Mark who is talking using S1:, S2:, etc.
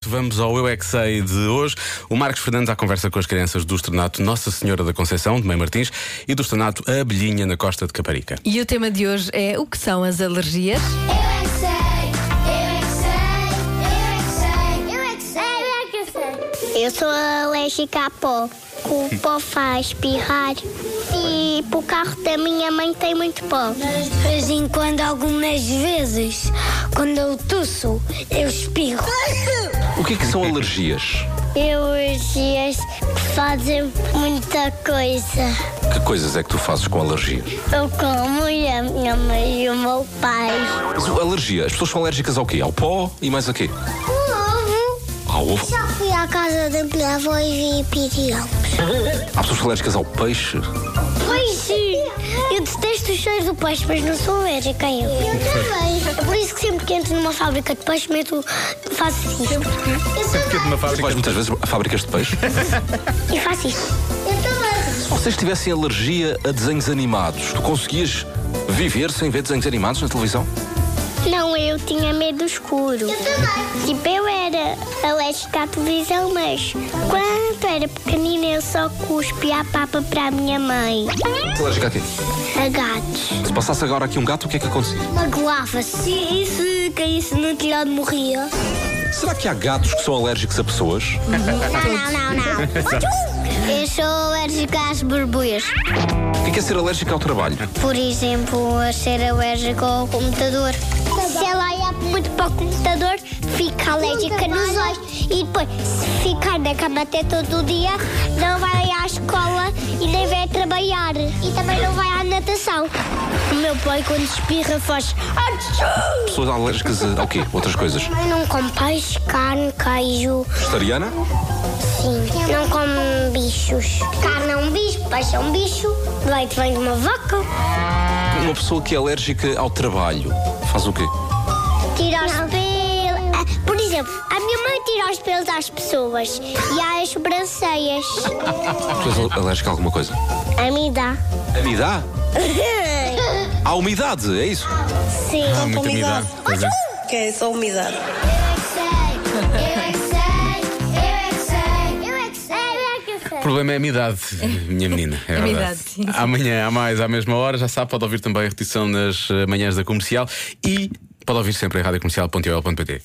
S1: Exato, vamos ao Eu é que Sei de hoje. O Marcos Fernandes à conversa com as crianças do Estrenato Nossa Senhora da Conceição, de Mãe Martins, e do Estrenato Abelhinha, na costa de Caparica.
S2: E o tema de hoje é o que são as alergias?
S3: Eu é que sei, eu é que sei, eu é que sei, eu é que sei, eu é que sei. Eu sou alérgica a pó. O pó faz espirrar e o carro da minha mãe tem muito pó. Mas de vez em quando, algumas vezes, quando eu tuço, eu espirro.
S4: O que é que são alergias?
S3: Eu alergias que fazem muita coisa.
S4: Que coisas é que tu fazes com alergias?
S3: Eu como e a minha mãe e o meu pai.
S4: Mas o- alergia, as pessoas são alérgicas ao quê? Ao pó e mais a quê? Ao ovo?
S3: Já fui à casa da minha avó e vi pirião.
S4: Há pessoas alérgicas ao peixe?
S3: Pois eu detesto os cheiros do peixe, mas não sou alérgica a ele. Eu também. É por isso que sempre que entro numa fábrica de peixe, meto, faço assim. isto. Eu também.
S4: Tu vais muitas vezes a fábricas de peixe?
S3: E faço isto. Eu
S4: Se
S3: também.
S4: vocês tivessem alergia a desenhos animados, tu conseguias viver sem ver desenhos animados na televisão?
S3: Não, eu tinha medo escuro. Eu também. Tipo, eu era alérgica à televisão, mas quando era pequenina eu só cuspia a papa para a minha mãe.
S4: És Alérgica a quê?
S3: A gatos.
S4: Se passasse agora aqui um gato, o que é que acontecia?
S3: Magoava-se. E se caísse no telhado morria?
S4: Será que há gatos que são alérgicos a pessoas?
S3: Não, não, não, não. Eu sou alérgica às borbulhas.
S4: O que é que é ser alérgico ao trabalho?
S3: Por exemplo, a ser alérgica ao computador. Se ela olhar muito para o computador, fica alérgica nos olhos. E depois, se ficar na cama até todo o dia, não vai à escola e nem vai trabalhar. E também não vai à natação. O meu pai, quando espirra, faz. Achoo!
S4: Pessoas alérgicas a- ao quê? Outras coisas?
S3: Mãe não come peixe, carne, queijo.
S4: Vegetariana?
S3: Sim, não como bichos. Carne é um bicho, peixe é um bicho, leite vem de uma vaca.
S4: Uma pessoa que é alérgica ao trabalho faz o quê?
S3: Tira os pelos. Ah, Por exemplo, a minha mãe tira os pelos às pessoas e às sobrancelhas.
S4: Tu és al- alérgica a alguma coisa?
S3: A mim dá.
S4: A umidade? À umidade, é isso?
S3: Sim.
S1: Muita
S5: umidade.
S1: umidade, pois é.
S5: Que é só umidade.
S3: é
S1: O problema é a minha idade, minha menina. É
S2: A minha
S1: verdade.
S2: idade, sim, sim.
S1: Amanhã, há mais, à mesma hora, já sabe, pode ouvir também a repetição nas eh, manhãs da comercial e pode ouvir sempre em radiocomercial.ol.pt.